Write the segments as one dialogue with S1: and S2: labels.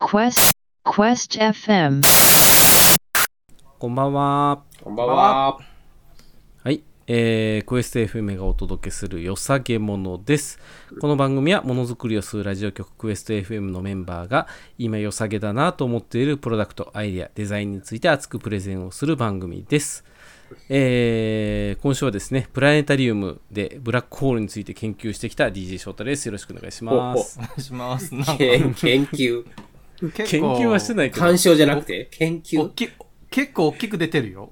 S1: Quest Quest FM
S2: こんばんは。
S3: こんばんは。
S2: はい。えー、クエスト FM がお届けするよさげものです。この番組はものづくりをするラジオ局クエスト FM のメンバーが今よさげだなと思っているプロダクト、アイデア、デザインについて熱くプレゼンをする番組です。えー、今週はですね、プラネタリウムでブラックホールについて研究してきた DJ 翔太です。よろしくお願いします。
S4: お願いします。なんか
S3: け研究。
S4: 結
S2: 研
S4: 構
S2: 究はしてないけど。
S3: 鑑賞じゃなくて研
S4: お
S3: 究
S4: っ。き結構大きく出てるよ。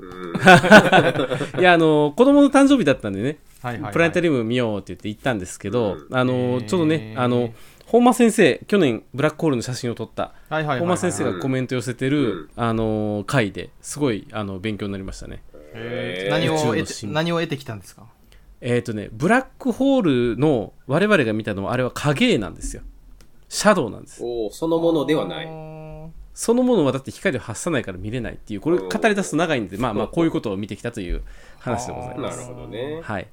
S2: いや、あの、子供の誕生日だったんでね、
S4: はいはいはい
S2: プラネタリウム見ようって言って行ったんですけど、あの
S4: へー
S2: ちょっとねあの本間先生去年ブラックホールの写真を撮った
S4: はいはいはいはい
S2: 本間先生がコメント寄せてる、あの回ですごいあの勉強になりましたね
S4: えー何を
S2: 宇宙
S4: 得
S2: の
S4: て
S2: 進化
S4: 何を得てきたんですか。
S2: えっ、とねブラックホールの我々が見たのはあれは影絵なんですよシャドウなんです
S3: おーそのものではな
S4: あ
S3: い。
S4: ー
S2: そのものはだって光を発さないから見れないっていうこれ
S3: お
S2: 語
S3: ー
S2: り出すと長いんでまあまあこういうことを見てきたという話でござい
S3: な
S2: ま
S3: る
S2: す
S3: ほどね。
S2: はい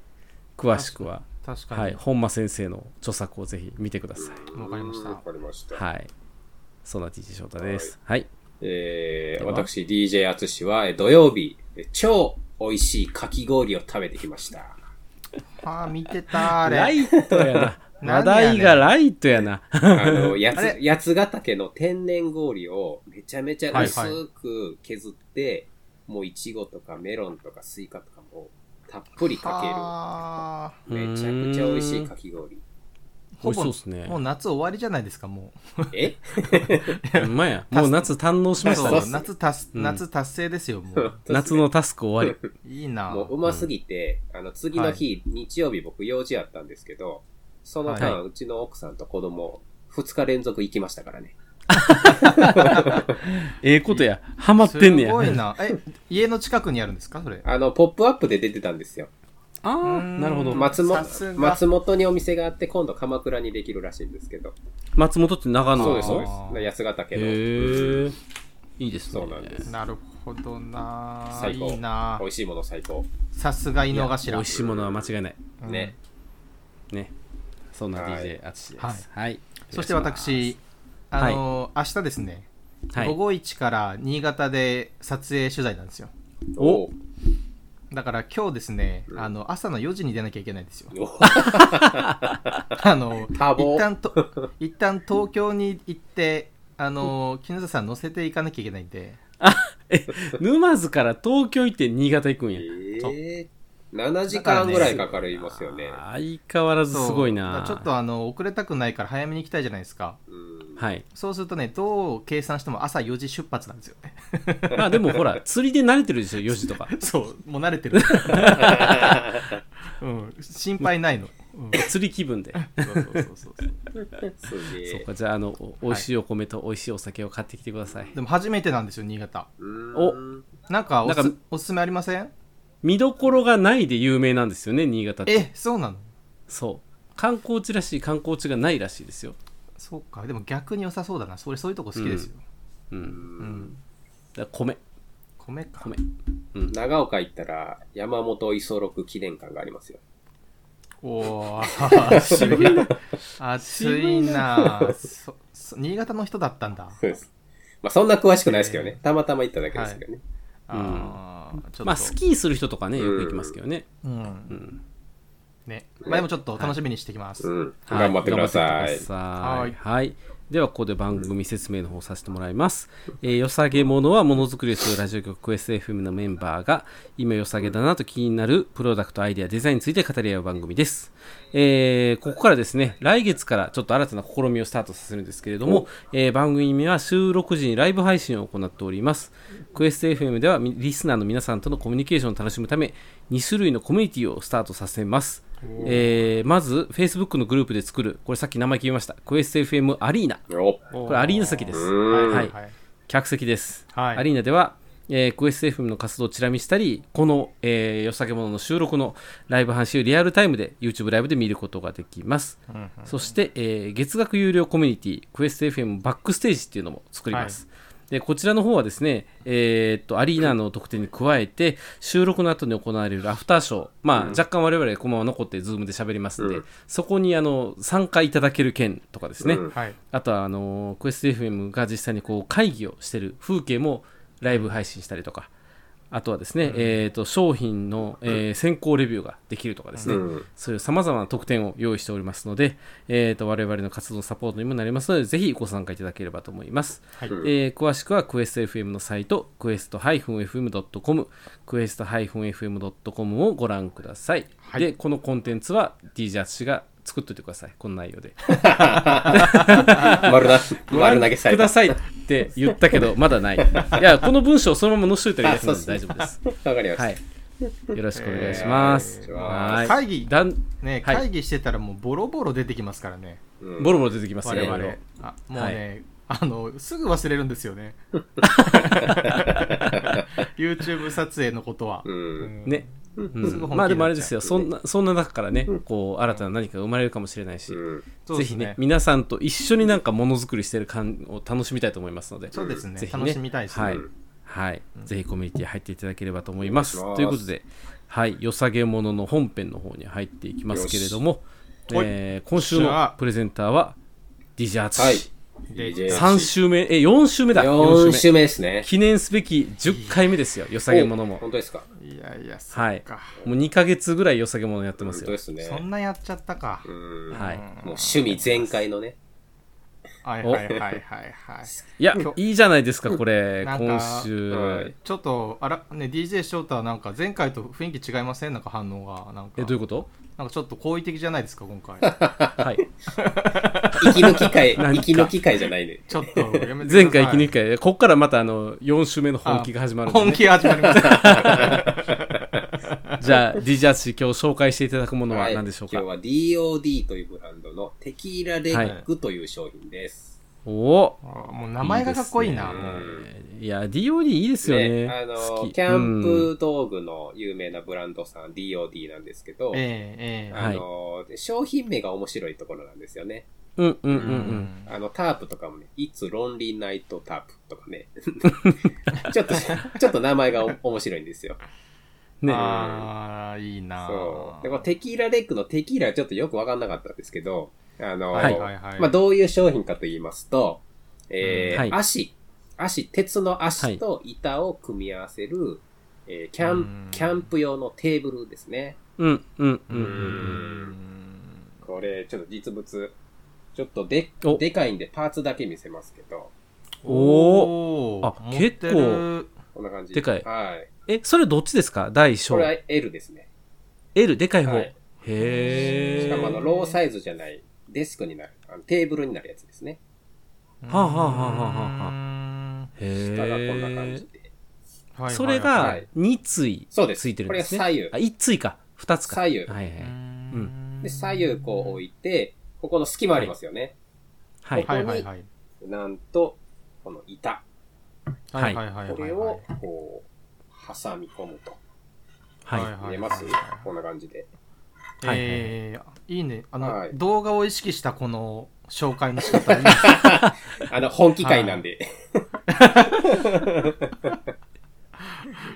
S2: 詳しくは、
S4: 確かに。
S2: はい、本間先生の著作をぜひ見てください
S4: わかりまし
S3: わ
S4: た。
S3: かりました。
S2: はい。そんな TJ 翔太です。はい。
S3: えー、
S2: では
S3: 私 DJ あつしはえー土曜日、えー超美味しいかき氷を食べてきました。
S4: あー見てたあ
S2: ラ
S4: れ。
S2: イト やな。話
S4: 何やねん
S2: 題がライトやな。
S3: あの、や
S4: あ
S3: つ、
S4: れ
S3: 八ヶ岳の天然氷をめちゃめちゃ薄
S4: はいは
S3: く削って、もういちごとかメロンとかスイカとかもたっぷりか
S4: あ
S3: ける。めちゃくちゃ美味しいかき氷。
S4: ー
S2: 美
S4: ほ
S2: 味し
S4: ぼ
S2: そうですね
S4: も。う夏終わりじゃないですかも
S3: え
S2: ほんまや。もう夏堪能し
S4: う。
S2: まし
S4: そ
S2: たね
S4: う。夏達夏達成ですよもう。
S2: 夏のタスク終わり。
S4: いいな
S3: も。ううますぎて、あの、次の日、日曜日僕用事あったんですけど、その間、
S2: は
S3: うちの奥さんと子供、二日連続行きましたからね。
S2: ええことや。ハマっ
S4: す
S2: てんねや。
S4: ごいな。え家の近くにあるんですかそれ。
S3: あの、ポップアップで出てたんですよ。
S2: ああ、なるほど。
S3: 松本
S4: さす、が
S3: 松本にお店があって、今度鎌倉にできるらしいんですけど。
S2: 松本って長野。
S3: そうです、そう
S2: へ
S3: です。八ヶ岳の。
S2: え。いいですね。
S3: そうなんです。
S4: なるほどな。
S3: 最高。
S4: いいな
S3: 美。味しいもの最高。
S4: さすが井の
S2: 美
S4: 頭。
S2: 味しいものは間違いない。
S4: うん
S3: ね。
S2: ね。そんな
S3: はい
S2: DJ あつしで
S4: はい
S2: す。はい。
S4: そして私、あのー明日ですね、
S2: はい
S4: 午後1から新潟で撮影取材なんですよ。
S2: お
S3: ー
S4: だから今日ですね、あの朝の4時に出なきゃいけないん ですよ。
S3: お
S4: あの
S3: 多忙
S4: 一旦と一旦東京に行って、あのー絹田さん乗せていかなきゃいけないんで、
S2: え、沼津から東京行って新潟行くんや。
S3: えー、7時間ぐらいかかりますよね。
S2: 相変わらずすごい
S4: そうだ
S2: な。
S4: からちょっとあの遅れたくないから早めに行きたいじゃないですか。
S3: うん
S2: はい。
S4: そうするとね、どう計算しても朝4時出発なんですよね。
S2: まあでもほ ら、釣りで慣れてるでしょ、4時とか。
S4: そう、もう慣れてる。うん、心配ないの。うん
S2: 釣り気分で。
S4: そうそうそうそう
S3: すげ
S2: そう
S3: え。
S2: か、じゃあ、あの、お美味しいお米と美味しいお酒を買ってきてください。
S4: でも初めてなんですよ、新潟。
S3: うん
S2: お
S4: なんかおす
S2: なんか
S4: おすすめありません
S2: 見どころがないで有名なんですよね、新潟って。
S4: え、そうなの
S2: そう。観光地らしい観光地がないらしいですよ。
S4: そうか、でも逆に良さそうだな。それそういうとこ好きですよ。
S2: うん。
S4: うん。
S2: だから米。
S4: 米か。
S2: 米
S3: 長岡行ったら、山本磯六記念館がありますよ。
S4: おー、 渋いな。暑いなそそ新潟の人だったんだ。
S3: そうです。まあ、そんな詳しくないですけどね。たまたま行っただけですけどね。
S4: あーちょっと。
S2: まあ、スキーする人とかね、よく行きますけどね。
S4: うん。ね。まあでもちょっと楽しみにしてきます。
S3: うん。
S2: はい
S3: 頑張ってくださ
S2: 頑張
S3: い
S2: ってく。ださ
S4: はいい
S2: はい。では、ここで番組説明の方させてもらいます。えーよさげものはものづくりをするラジオ局 SFM のメンバーが、今よさげだなと気になるプロダクト、アイデア、デザインについて語り合う番組です。えーここからですね、来月からちょっと新たな試みをスタートさせるんですけれども、えー番組は収録時にライブ配信を行っております。クエスト FM ではみリスナーの皆さんとのコミュニケーションを楽しむため、2種類のコミュニティをスタートさせます。えーまず、Facebook のグループで作る、これさっき名前決めました、クエスト FM アリーナ。
S3: お
S2: これアリーナ席です。
S3: う
S4: は
S3: ん
S4: いはい
S2: は
S4: はい。
S2: 客席です、
S4: はい
S2: アリーナでは、えークエスト FM の活動をチラ見したりこの、えーよさげものの収録のライブ配信をリアルタイムで YouTube ライブで見ることができます、そして、えー月額有料コミュニティクエスト FM バックステージっていうのも作ります、でこちらの方はですね、えーっとアリーナの特典に加えて収録の後に行われるアフターショー、まあ
S3: うん
S2: 若干我々このまま残ってズームで喋りますので、
S3: うん
S2: そこにあの参加いただける件とかですね、
S3: うん
S4: はい。
S2: あとはあのクエスト FM が実際にこう会議をしてる風景もライブ配信したりとかあとはですね、えーっと商品の、えー先行レビューができるとかですね、
S3: うん
S2: そういうさまざまな特典を用意しておりますので、えー、と我々の活動サポートにもなりますので、ぜひご参加いただければと思います。
S4: はい
S2: えー詳しくはクエスト FM のサイト、クエスト -fm.com、クエスト -fm.com をご覧ください。
S4: はい
S2: で、このコンテンツは DJ 淳が作っといてください。この内容で。
S3: 丸 な丸投げされ
S2: くだ
S3: た。
S2: さいって言ったけど、まだない。いや、この文章をそのまま載せといたらいいですので
S3: あ
S2: 大丈夫です。
S3: わかりました。
S2: はい。よろしくお願いします。
S3: えー
S2: はい
S4: 会議
S2: だん
S4: ね、
S2: はい
S4: 会議してたらもうボロボロ出てきますからね。
S3: うん
S2: ボロボロ出てきます
S4: 我
S2: ね。
S4: 々
S2: いろいろ。
S4: あ、もうね、あの、すぐ忘れるんです よね。YouTube 撮影のことは。
S3: うん。
S4: うん
S2: ね。うん
S4: すぐ本気になっちゃう
S2: まあでもあれですよそんなそんな中からね、こう新たな何かが生まれるかもしれないし、
S3: うん
S4: そう
S2: ぜ
S4: で
S2: ひ
S4: す
S2: ね
S4: ね。
S2: 皆さんと一緒になんかものづくりしてる感を楽しみたいと思いますので
S4: そうですね
S2: ぜひ
S4: 楽しみたいですね
S2: はい
S3: うん
S2: はいぜひコミュニティ入っていただければと思います
S3: お願いします
S2: ということではいよさげものの本編の方に入っていきますけれども、
S4: よし
S2: えー今週
S4: じゃ
S2: の
S4: あ
S2: プレゼンターは DJ アツ
S3: はい。
S2: シ、
S4: で
S3: DJ
S2: 3週目え4週目だ
S3: 4
S2: 4
S3: 週目ですね。
S2: 記念すべき10回目ですよよさげものも
S3: お本当ですか
S4: いやいや、そ
S2: は
S4: っ
S2: い
S4: か。
S2: もう2ヶ月ぐらいよさげものやってま
S3: 本
S2: す
S3: 当
S2: よ
S3: ですね。
S4: そんなやっちゃったか。
S3: うん。もう
S2: はい、
S3: 趣味全開のね。
S4: はいはいはいはいはい。
S2: いや
S4: 今、日
S2: いいじゃないですか、これ、
S4: なんか
S2: 今週。
S3: はい
S4: ちょっと、あら、ね、DJ 翔太はなんか前回と雰囲気違いませんなんか反応が。なんか、
S2: え、どういう こと
S4: なんかちょっと好意的じゃないですか、今 回。
S2: はい。
S3: 息の機 会、
S2: 何か
S3: 息の機会じゃないね。
S4: ちょっとやめてください、
S2: 前回、息抜き会、ここからまた、あの、4週目の本気が始まるんで、ね。
S4: 本気が始まり ました。
S2: じゃあ、DJ アツシ、今日紹介していただくものは何でしょうか。
S3: はい今日は DOD というブランドのテキーラレッグという商品です。
S2: おお
S4: あもう名前がかっこいいな。
S3: いいですね
S4: もう
S2: いや、DOD いいですよね。
S3: あの
S2: 好き
S3: キャンプ道具の有名なブランドさん、DOD なんですけど、
S4: ええええ
S3: あの商品名が面白いところなんですよね。
S2: うんうんうんう。
S4: うんん
S3: あの、タープとかもね、It's Lonely Night Tarp と かね。ちょっと、ちょっと名前がお面白いんですよ。
S2: ね。
S4: ああ、いいな。
S3: そう。で、このテキーラレックのテキーラはちょっとよくわかんなかったんですけど、あの、
S4: はいはいはい
S3: まあ、どういう商品かと言いますと、え
S2: う
S3: ー
S2: んはい
S3: 足、足、鉄の足と板を組み合わせる、えーキャ
S4: うん
S3: ン、キャンプ用のテーブルですね。
S2: うんうんうんう。
S4: うんん
S3: これ、ちょっと実物、ちょっとで
S2: お、
S3: でかいんでパーツだけ見せますけど、
S2: おお
S4: お
S2: あ
S4: ー持ってる
S2: 結
S3: こんな感じ。
S2: でかい
S3: はい。
S2: え、それどっちですか大
S3: こ
S2: 小
S3: れ。は L ですね。
S2: L、でかい方。
S3: はい
S2: へえ。
S3: しかもあの、ローサイズじゃない、デスクになる、あのテーブルになるやつですね。
S2: はあはあはあはあはあ
S4: うん
S3: 下がこんな感
S2: へ
S3: じで。
S4: はいはいは
S2: え。
S4: い
S2: それ
S3: は
S2: が
S3: い
S2: 2対
S3: そうです。
S2: ついてるんですね。
S3: これは
S2: あ、
S3: 左右。
S2: 1対か。2つか。
S3: 左右
S2: はいはい。
S4: うん
S3: で、左右こう置いて、ここの隙間ありますよね。
S2: はい。
S4: はいはいはい。
S3: なんと、この板。
S2: はい
S4: はいはいはい。
S3: これを、こう、挟み込むと。
S2: はい。
S4: はい
S3: 見えます
S4: はいはいはい
S3: こんな感じで。
S2: はい
S4: えーいいね。あの、
S3: はい
S4: 動画を意識したこの紹介の仕方 いい
S3: あの、本機械なんで。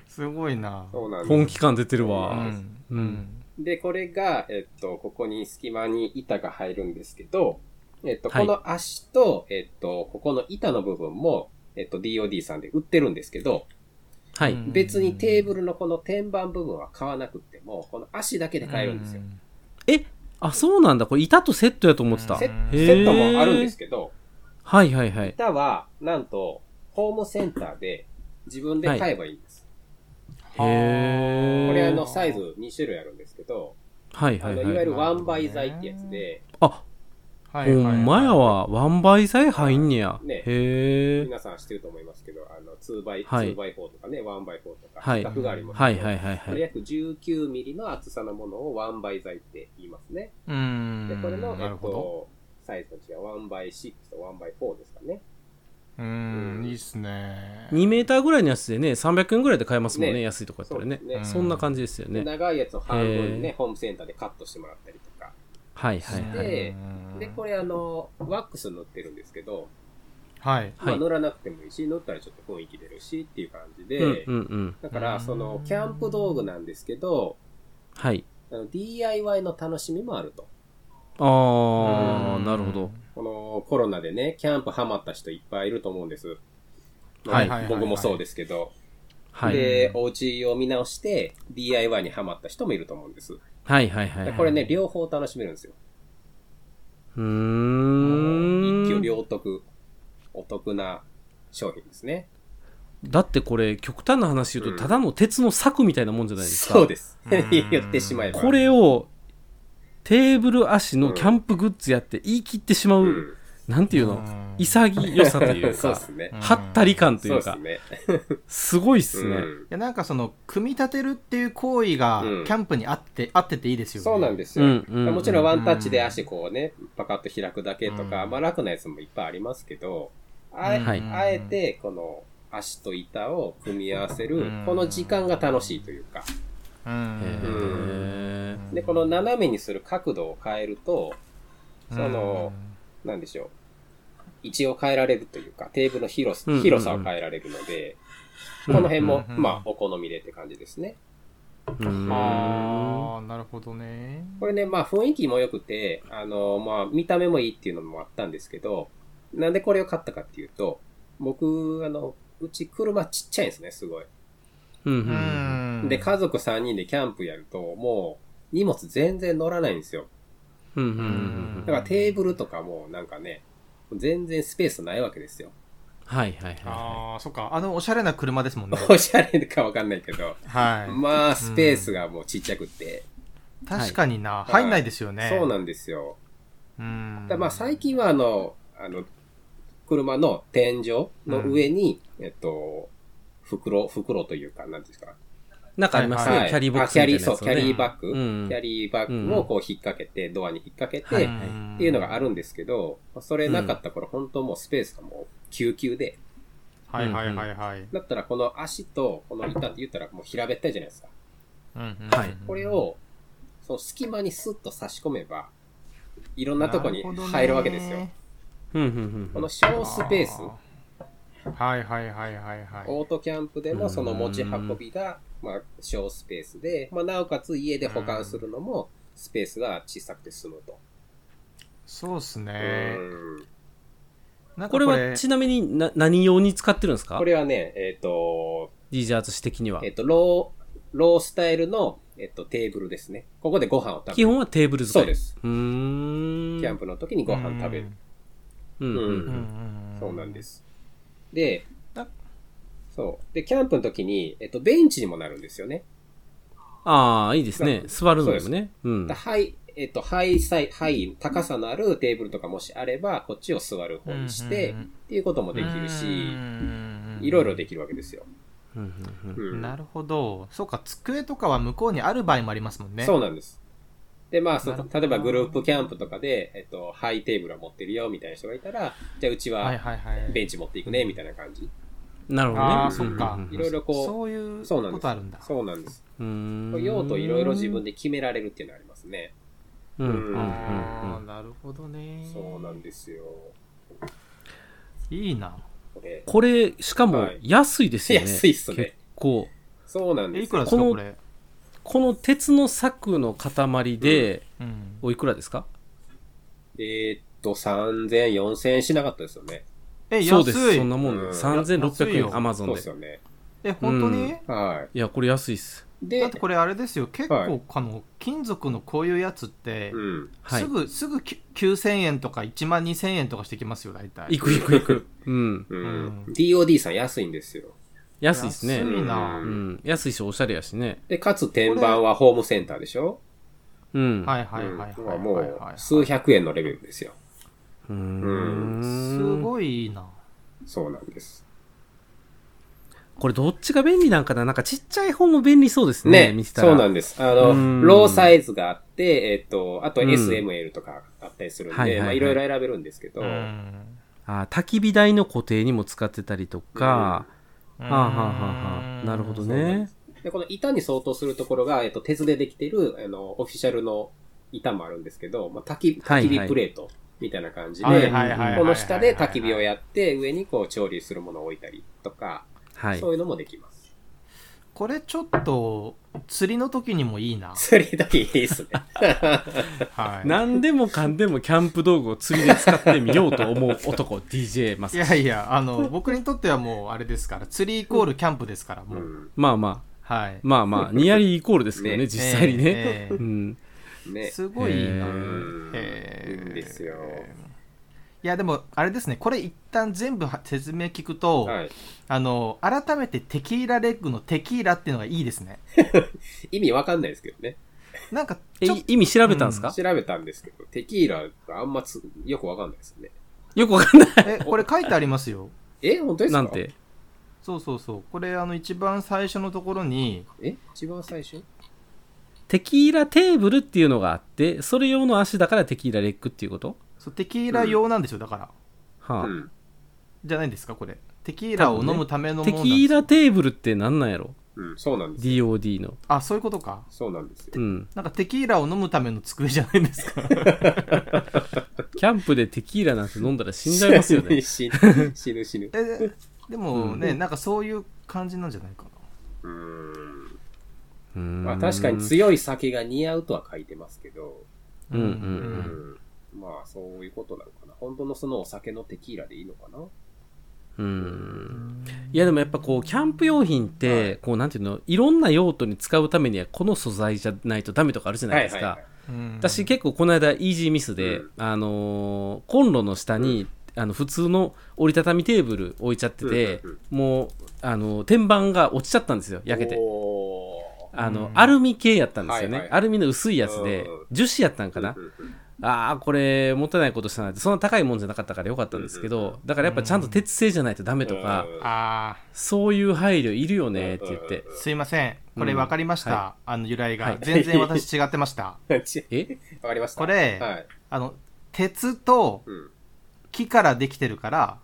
S4: すごいな。
S3: そうなん
S2: 本
S3: で
S2: 気感出てる
S4: う
S2: わ。
S4: ん。
S2: う
S4: うんん。
S3: す。で、これが、えっと、ここに隙間に板が入るんですけど、えっと、
S2: は
S3: こ
S2: い
S3: の足と、えっと、ここの板の部分も、えっと、DOD さんで売ってるんですけど、
S2: は
S4: う
S2: い。
S4: ん
S3: 別にテーブルのこの天板部分は買わなくても、この足だけで買えるんですよ。
S2: えあ、そうなんだ。これ板とセットやと思ってた。
S3: セ
S2: は
S4: セ
S2: い
S3: セ
S4: へー
S3: ットもあるんですけど、
S2: はいはい。
S3: 板は、なんと、ホームセンターで自分で買えばいいんです。
S2: へえ。
S3: これあの、
S4: は
S3: サイズ2種類あるんですけど、
S2: はい
S3: あ
S2: はい
S3: の、いわ
S2: は
S3: ゆ
S2: い。
S3: るワンバイ材ってやつで、
S2: あ、
S4: は
S2: ほんまや。わ。ワンバイ材入んねや。
S3: ね
S2: へえ。
S3: 皆さん知ってると思いますけど、あの、2倍、
S2: はい
S3: 2倍4とかね、1倍4とか、
S2: はい
S3: 額があります。
S2: はいはいはいはい。
S3: 約19ミリの厚さのものを1倍材って言いますね。
S4: うん。
S3: で、これの、
S4: な
S3: え
S4: る
S3: っ
S4: ほど。
S3: と、サイズたちが1倍6と1倍4ですかね。
S4: うん、いいっすね。
S2: 2メーターぐらいのやつでね、300円ぐらいで買えますもんね。
S3: ね
S2: 安いとこやったらね
S3: そう。ですね
S2: そんな感じですよ
S3: で
S2: ね。
S3: 長いやつを半分
S2: へー
S3: ね、ホームセンターでカットしてもらったりとか。
S2: はいはいはい。
S3: で、これあの、ワックス塗ってるんですけど、
S2: は
S4: はい。
S2: い
S3: まあ、乗らなくてもいいし、乗ったらちょっと雰囲気出るしっていう感じで、
S2: うんうんうん。
S3: だから、その、キャンプ道具なんですけど、
S2: はい。
S3: あの DIY の楽しみもあると。
S2: ああ、なるほど。
S3: このコロナでね、キャンプハマった人いっぱいいると思うんです。
S2: はい
S3: まあ僕もそうですけど。
S2: はい。
S3: で、お家を見直して、DIY にハマった人もいると思うんです。
S2: はいはいはいはい。
S3: これね、両方楽しめるんですよ。
S2: うー
S3: 一挙
S2: ん。
S3: 両得、お得な商品ですね。
S2: だってこれ、極端な話言う
S3: うん
S2: と、ただの鉄の柵みたいなもんじゃないですか。
S3: そうです。
S4: うん
S3: 言ってしまえば。
S2: これを、テーブル足のキャンプグッズやって言い切ってしまう、
S3: うん、
S2: なんていうの、
S4: うん
S2: 潔さという
S3: そうで
S2: か、
S3: すね。
S2: はったり感とい
S3: そう
S2: う
S3: で
S2: か
S3: す、ね。
S2: すごいっすね。
S3: うん
S4: いやなんかその組み立てるっていう行為が
S3: うん
S4: キャンプにあって、合ってていいですよね。
S3: そうなん
S4: で
S3: ですよ。
S2: うんうんうん
S3: もちろんワンタッチで足こうね、パカッと開くだけとか、
S4: うん
S3: まあ楽なやつもいっぱいありますけど、あえ,、
S2: はい
S3: あえてこの足と板を組み合わせ
S4: う
S3: る
S4: ん、
S3: この時間が楽しいというか、
S4: う
S2: へ
S4: ん。
S2: ー
S3: で、この斜めにする角度を変えると、その、なんでしょう。位置を変えられるというか、テーブルの広さ
S2: うんうんうん
S3: 広さを変えられるので、この辺も、
S4: うんうん
S3: まあ、お好みでって感じですね。
S2: うーん
S4: ああ、なるほどね。
S3: これね、まあ雰囲気も良くて、あの、まあ見た目もいいっていうのもあったんですけど、なんでこれを買ったかっていうと、僕、あの、うち車ちっちゃいんですね、すごい。
S2: うんう
S4: うんん。
S3: で、家族3人でキャンプやると、もう荷物全然乗らないんですよ。
S2: うんうんうんうん
S3: だからテーブルとかもなんかね、全然スペースないわけですよ。
S2: はいはいはいは
S4: ああ、そっか。あの、おしゃれな車ですもんね。
S3: おしゃれかわかんないけど、
S4: は
S3: まあスペースがもうちっちゃくて、
S4: い。確かにな。
S3: い
S4: 入んないですよね。
S3: そうなんですよ。
S4: うん。
S3: だまあ最近はあの、あの、車の天井の上に、えっと、袋、袋というか、なんていうんですか。
S2: い。なんかあります
S4: は
S2: ね、
S4: い
S2: キャリーボックス
S3: あ
S2: みたいな
S3: キャリー、
S2: やつ、
S3: そ
S2: ね。
S3: う、キャリーバッグ、
S2: うん
S3: キャリーバッグをこう引っ掛けて、ドアに引っ掛け
S2: は
S3: て、
S2: い
S3: っていうのがあるんですけど、それなかった頃、本当もうスペースがもう、急急で。
S4: はいはいはいはい。
S3: だったら、この足と、この板って言ったら、もう平べったいじゃないですか。
S2: はい
S3: これ、を、その隙間にスッと差し込めば、いろんなとこに入るわけですよ。
S2: うんうんう
S3: こ
S2: んう
S3: の
S2: ん。
S3: 小スペース、
S4: あーはいはいはいはいはい。
S3: オートキャンプでもその持ち運びが、まあ、小スペースで、まあ、なおかつ家で保管するのも、スペースが小さくて済むと。
S4: そうっすね。
S3: うん
S4: なんか
S2: これはちなみにな何用に使ってるんですか
S3: これはね、えっ、と、
S2: ディジャーツ紙的には
S3: えっ、。と、ロー、ロースタイルの、えっ、と、テーブルですね。ここでご飯を食べる。
S2: 基本はテーブル使い。
S3: そうです。
S2: うーん。
S3: キャンプの時にご飯食べる。。
S2: うんうん
S4: うん
S2: うん。
S4: うん
S3: そうなんです。で
S4: な、
S3: そう。で、キャンプの時に、えっ、と、ベンチにもなるんですよね。
S2: ああ、いいですね。座るので
S3: そ
S2: も
S3: う
S2: ね。うん
S3: だ。はい、えっ、と、ハイサイ、ハイ、高さのあるテーブルとかもしあれば、こっちを座る方にして、
S4: うんうんうん
S3: っていうこともできるし、
S4: うん
S3: いろいろできるわけですよ。
S2: うんうんうん
S3: うん
S4: なるほど。そうか、机とかは向こうにある場合もありますもんね。
S3: そうなんです。で、まあ、そ
S4: なるほど
S3: 例えばグループキャンプとかで、えっと、ハイテーブルを持ってるよ、みたいな人がいたら、じゃあうち
S4: はい
S3: は
S4: はいはい。
S3: ベンチ持っていくね、みたいな感じ。
S2: なるほどね。
S4: あ
S3: ーそ
S2: うん
S4: っか
S2: うんうん
S3: いろいろこ
S4: そういう
S3: う、そうなん
S4: こ
S3: です。
S4: とあるんだ。
S3: そうなんです。
S2: うーん。
S3: 用途いろいろ自分で決められるっていうのはありますね。
S2: うんうんうん
S4: あ
S2: う
S4: ー
S2: ん。
S4: なるほどね。
S3: そうなんですよ。
S4: いいな。
S3: これ
S2: これ、しかも
S3: はい
S2: 安いですよね。
S3: 安いっすね
S2: 結構。
S3: そうなん
S4: え
S3: で
S4: い
S3: す
S4: くら
S3: よ
S4: で。すか、
S2: この
S4: これ。
S2: この鉄の柵の塊で、
S4: うん
S2: おいくらですか
S3: えーっと、3000、4000しなかったですよね。
S4: え、
S2: そうです。
S4: 安い
S2: そん。なもんで、
S3: うん
S2: 3600
S4: 安い
S2: 円、
S4: よ
S2: アマゾ
S3: そ
S2: ン
S3: うで。
S2: です
S3: よね。
S4: え、本当に
S3: は
S2: うんいや、これ安いっす。
S3: い。
S4: だ
S3: で
S4: って、これあれですよ、結
S3: は
S4: 構、あの、金属のこういうやつって
S3: う、ん。
S2: はい
S4: す。ぐ、すぐき9000円とか1万2000円とかしてきますよ、大体。
S2: いくいくいく。うん。
S3: う
S4: うんん。
S3: DOD さん安いんですよ。
S2: 安いですね
S4: 安。いな。
S3: う
S2: うん。安いし、おしゃれやしね。
S3: で、かつ天板はホームセンターでしょ
S2: うん。。
S4: はいいはいはいはい
S3: うん
S4: はい。
S3: も
S4: はいうはい、
S3: 数百円のレベルですよ。
S2: うーん。
S4: すごいいいな。
S3: そうなんです。
S2: これどっちが便利なんかななんかちっちゃい方も便利そうですね。
S3: ね
S2: 見せたら。
S3: そうなんです。あの
S2: う、ん
S3: ローサイズがあって、えっと、あと
S2: うん
S3: SML とかあったりするん
S2: はいはい
S3: で、
S2: はい
S3: まあいろいろ選べるんですけど
S4: う、ん。
S2: あー焚き火台の固定にも使ってたりとか、
S4: は
S2: はあはあはあはあなるほどね。
S3: で、この板に相当するところが、えっと、鉄でできてる、あの、オフィシャルの板もあるんですけど、まあ焚き、焚き
S2: はいは
S3: 火
S2: い
S3: プレートみたいな感じ
S4: はい
S3: で、
S2: はいはいはい
S3: この下で焚き火をやって、上にこう調理するものを置いたりとか、
S2: はい
S3: そういうのもできます。
S4: これちょっと釣りの時にもい いな、
S3: 釣り時いい ですね。
S4: はい、
S2: 何でもかんでもキャンプ道具を釣りで使ってみようと思う男 DJ マ
S4: い
S2: ス
S4: やいやあの僕にとってはもうあれですから釣りイコールキャンプですからも
S3: う
S4: う、
S3: ん。
S2: まあまあ
S4: はい
S2: まあまあニアリーイコールですけどね
S3: ね
S2: 実際にね、
S4: ええ
S2: うん、
S3: ね。
S4: すごいい
S2: へ
S4: いな
S3: ー
S4: へー
S3: いいんですよ
S4: いやでもあれですねこれ一旦全部は説明聞くと、
S3: はい。
S4: あの改めてテキーラレッグのテキーラっていうのがいいですね
S3: 意味わかんないですけどね。
S4: なんか
S2: え
S4: ちょっと
S2: 意味調べたんですか、
S3: 調べたんですけど、テキーラがあんまつよくわかんないですね。
S2: よくわかんない
S4: えこれ書いてありますよ
S3: え、本当です
S2: な
S3: か
S2: んて
S4: そうそうそうこれあの一番最初のところに
S3: え、一番最初
S2: テキーラテーブルっていうのがあってそれ用の足だからテキーラレッグっていうこと
S4: そうテキーラ用なんですよだから
S2: はあ
S3: うん。
S4: じゃないですかこれテキーラを飲むためのもの
S2: テ
S4: な
S2: キ
S4: んです
S2: ーラテーブルってなんなんやろ
S3: うん、そうなんです。
S2: DOD の
S4: あそういうことか
S3: そうなんですよ
S2: う。ん
S4: なんかテキーラを飲むための机じゃないですか
S2: キャンプでテキーラなんて飲んだら死んじゃいますよね
S3: 死ぬ、死ぬ、死ぬ。
S4: えでもね、
S2: う
S4: なんかそういう感じなんじゃないかな
S3: うーん。
S2: うん
S3: まあ確かに強い酒が似合うとは書いてますけど、
S2: うんうん
S3: う
S2: うん
S3: ん。まあそういうことなのかな。本当のそのお酒のテキーラでいいのかな
S2: うんいやでもやっぱこうキャンプ用品って、
S3: はい
S2: こうなんていうのいろんな用途に使うためにはこの素材じゃないとダメとかあるじゃないですか、
S4: うん
S2: 私結構この間イージーミスで、
S3: うん
S2: あのーコンロの下に、あの普通の折りたたみテーブル置いちゃってて、
S3: うんうん
S2: もうあの天板が落ちちゃったんですよ焼けて
S3: おー
S2: あの、
S4: うん
S2: アルミ系やったんですよね、
S3: はいはい
S2: アルミの薄いやつで
S3: うんうん
S2: 樹脂やったんかな、
S3: うんうん
S2: ああこれもったいないことしたなってそんな高いもんじゃなかったからよかったんですけど、だからやっぱちゃんと鉄製じゃないとダメとか、
S3: うん
S4: あー
S2: そういう配慮いるよねって言って、
S4: すいませんこれ分かりました、
S2: うん
S4: あの由来が、
S2: はい
S4: 全然私違ってました
S3: ち
S2: え
S3: わかりました。
S4: これ
S3: はい。
S4: あの鉄と
S3: うん。
S4: 木からできてるから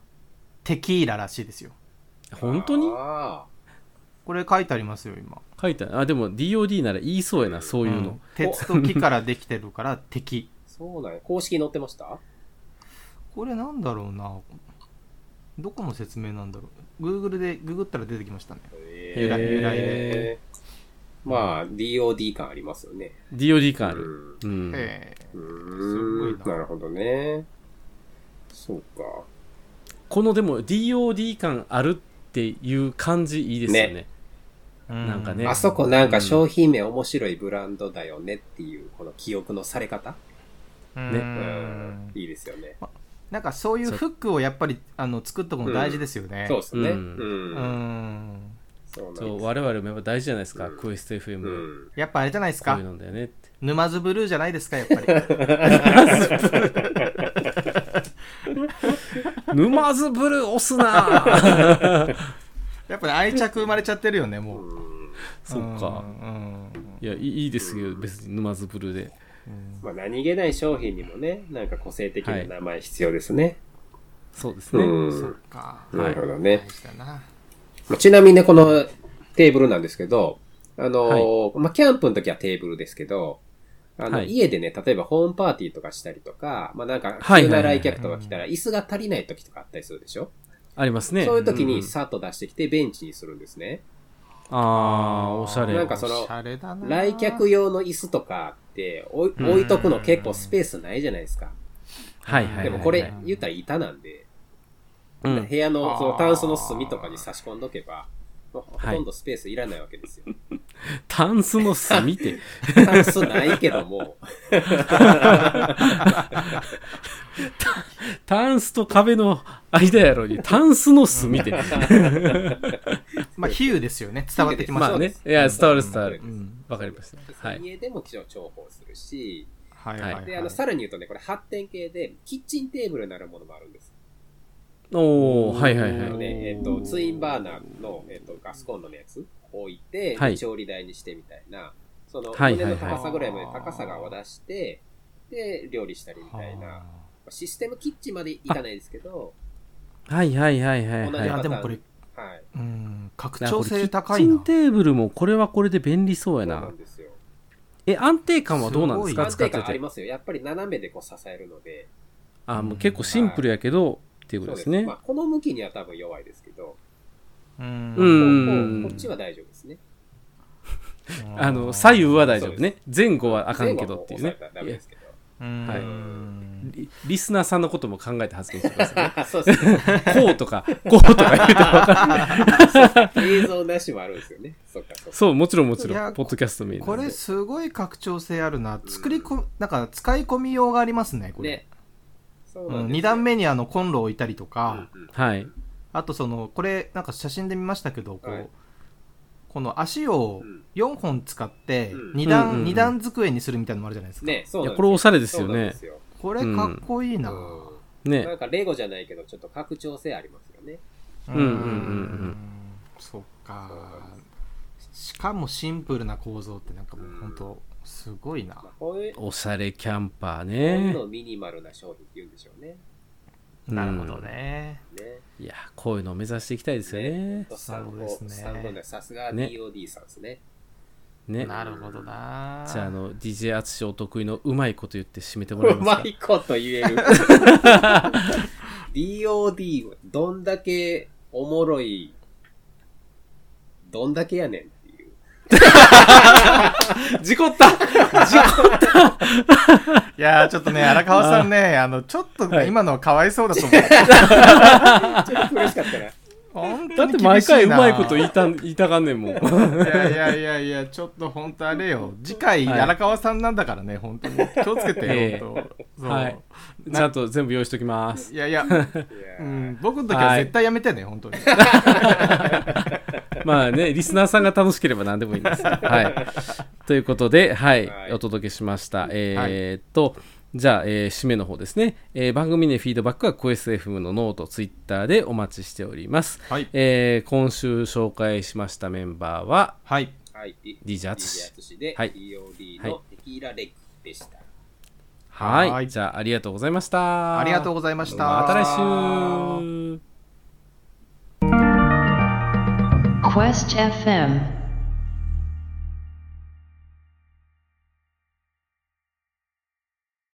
S4: テキーラらしいですよ
S2: 本当に
S3: あ
S4: これ書いてありますよ今
S2: 書いてあるあでも DOD なら言いそうやなそういうの、
S4: ん鉄と木からできてるから敵
S3: ーそうなんや。公式に載ってました
S4: これなんだろうなどこの説明なんだろう Google でググったら出てきましたね
S2: 由来由来
S3: えーまあ、DOD 感ありますよね。
S2: DOD 感あ
S3: う
S2: る、
S3: ん
S2: うん
S4: ええ
S3: う
S4: す
S3: ーん
S4: ごいな
S3: なるほどね。そうか。
S2: このでも DOD 感あるっていう感じいいですよね
S4: う
S2: なんかね
S3: あそこなんか商品名面白いブランドだよねっていう、この記憶のされ方、
S4: うん
S2: ね
S3: うんいいですよね。
S4: なんかそういうフックをやっぱりあの作っとくの大事ですよね、
S3: そうですね。
S2: う
S3: うんん。
S4: うん
S3: そうなんです
S2: そう我々もやっぱ大事じゃないですか、
S3: うん
S2: クエスト FM
S3: う
S2: で、
S3: ん。
S4: やっぱあれじゃないです
S2: こう
S4: か
S2: いうのだよねって
S4: 沼津ブルーじゃないですかや っぱり
S2: 沼津ブルー押す な
S4: やっぱり愛着生まれちゃってるよねもう
S3: うん
S2: そうか
S4: ん
S2: いやいいいいですけど別に沼津ブルーで
S4: うん
S3: まあ、何気ない商品にもね、なんか個性的な名前必要ですね。
S2: そうですね、
S3: う
S4: そっ
S3: ん。
S4: か
S2: はい
S3: なるほど
S4: 大
S3: ね。
S4: 事だな
S3: まあちなみにね、このテーブルなんですけど、あのーまあ、キャンプの時はテーブルですけど、あの、
S2: はい
S3: 家でね、例えばホームパーティーとかしたりとか、まあ、なんか、
S2: はい
S3: 急
S2: は
S3: ない
S2: はい
S3: 来客とか来たら、椅子が足りない時とかあったりするでしょ、
S2: ありますね
S3: そういう時
S2: ん
S3: にさっと出してきて、ベンチにするんですね。
S2: ああおしゃれ
S3: なんかその
S4: おしゃれだな
S3: 来客用の椅子とかって置い、
S2: うん
S3: 置いとくの結構スペースないじゃないですか。
S2: はいはいはいはい
S3: でもこれ、言ったら板なんで、
S2: うん
S3: 部屋
S4: あー
S3: のそのタンスの隅とかに差し込んどけば、もうほ
S2: はい
S3: とんどスペースいらないわけですよ。
S2: タンスの隅って
S3: タンスないけども、
S2: タンスと壁の間やろに、タンスの巣見 て。
S4: まあ比喩ですよね伝わってき
S2: ま
S4: ました
S2: あ
S3: そう
S2: ね
S3: で。す
S2: いや、伝わる伝わる
S4: う。ん
S2: わかりました。はい。
S3: 家でも一応重宝するし、
S4: はいはい、はい、
S3: で、あの、さらに言うとね、これ発展系で、キッチンテーブルになるものもあるんです。
S2: おおはいはい
S3: なの
S2: はい。
S3: で、えっと、ツインバーナーの、えっと、ガスコンロのやつ置いて、
S2: はい
S3: 調理台にしてみたいな、その、
S2: はい
S3: 胸
S2: はいはい
S3: の高さぐらいまで高さがを出して、で、料理したりみたいな、システムキッチンまでいかないですけど、
S2: はいはいはいはい
S4: い
S2: はい。
S4: やでもこれ
S3: はい。
S4: うん拡
S2: なんかこ
S4: 張
S2: れ
S4: 性高
S2: キ
S4: い
S2: ッチ
S4: な
S2: ンテーブルもこれはこれで便利そうや
S3: そう
S2: な
S3: なん。ですよ。
S2: え、安定感はどうなんですか
S3: 安
S2: 使って
S3: 定感あり
S2: て。
S3: ますよ。やっぱり斜めでこう支えるので、
S2: あもう結構シンプルやけど、っていうことですね。
S3: まあ、この向きには多分弱いですけど、
S4: うん
S2: う
S3: こ
S2: ん
S3: うこうこっちは大丈夫ですね。
S2: あの、左右は大丈夫
S3: そう
S2: ね。前後はあかんけ
S3: 前後は
S2: ど
S3: も
S2: っていう
S3: 押
S2: ね
S3: さえたらダ。メですけど。
S4: うん
S2: はい
S4: うん
S2: リリスナーさんのことも考えて発言してくださいね。
S3: あ そうですね。
S2: こうとか、 こうとか言うとわかんない。
S3: 映像なしもあるんですよね。そっかそっか。
S2: そう、もちろんもち
S4: い
S2: ろ
S4: や
S2: ん、ポッドキャストメイン
S4: こ
S2: なん
S4: れ
S2: で。
S4: すごい拡張性あるな作りこなんか使い込みようがありますねこれ
S3: ね。そうなん
S4: う
S3: です
S4: ん、
S3: よ
S4: 2段目にあのコンロを置いたりとか、
S3: うんうん
S2: はい。
S4: あとそのこれなんか写真で見ましたけどこう、
S3: はい
S4: この足を
S3: うん
S4: 4本使って
S2: うんうん
S3: うん
S4: 2
S2: う
S4: 段,、
S2: ん
S4: 二段机にするみたいなのもあるじゃないですか、
S3: ね、そう
S2: い
S3: な
S2: や、
S3: ん
S2: これおしゃれです
S3: そ
S2: よ
S3: うなんで
S2: ね。
S3: すよ。
S4: これかっこいいな、
S3: うんな
S2: ね。
S3: んかレゴじゃないけど、ちょっと拡張性ありますよね。
S4: うん
S2: うんうんうん
S4: そっかしかもシンプルな構造ってなんかもう本当すごいな
S3: まあ、こういう、こ
S2: おしゃれキャンパー
S3: ういう
S2: ね。
S3: のをミニマルな商品って言うんでしょうね。
S2: うん
S4: なるほどね
S3: ね。
S2: いや、こういうのを目指していきたいですよね。
S3: スタン
S4: そうですね
S3: ドね。さすが
S2: ね
S3: DOD さんですね。
S2: ね。
S4: なるほどな
S2: じゃあ、あの、DJ 淳お得意のうまいこと言って締めてもらえ
S3: う
S2: ます
S3: ま
S2: か
S3: いこと言える。DOD、どんだけおもろい、どんだけやねんっていう。
S2: 事故った
S4: いやーちょっとね荒川さんねあのちょっと
S2: はい
S4: 今のはかわいそうだと思う、
S3: ちょっと苦しかったな。
S4: 本当
S2: だっ
S4: に
S2: て
S4: 厳しいな
S2: 毎回うまいこと言いたん、言いたがんねんもん。
S4: いやいやいやいや、ちょっと本当あれよ。次回、
S2: はい
S4: 荒川さんなんだからね、本当に。気をつけて
S2: ええ
S4: よ、本当。そう
S2: はい。ちゃんと全部用意しときます。
S4: いやいや、
S3: いや
S4: う
S3: ー
S4: ん、僕の時は絶対やめてね、本当に。
S2: まあね、リスナーさんが楽しければ何でもいいんです。 はい。ということで、はい、
S3: はい
S2: お届けしました。えーっと、じゃあ、えー締めの方ですね。えー番組のフィードバックは、コエス FM のノート、ツイッターでお待ちしております。
S4: はい。
S2: えー今週紹介しましたメンバーは、
S4: はい。
S3: はい。
S2: DJ
S3: シ
S2: 淳。
S3: で、
S2: はい
S3: DOD
S2: はい
S3: のテキーラレッグでした。
S2: はい。
S4: はい
S2: じゃあ、ありがとうございました。
S4: ありがとうございました。
S2: また来週。
S1: Quest FM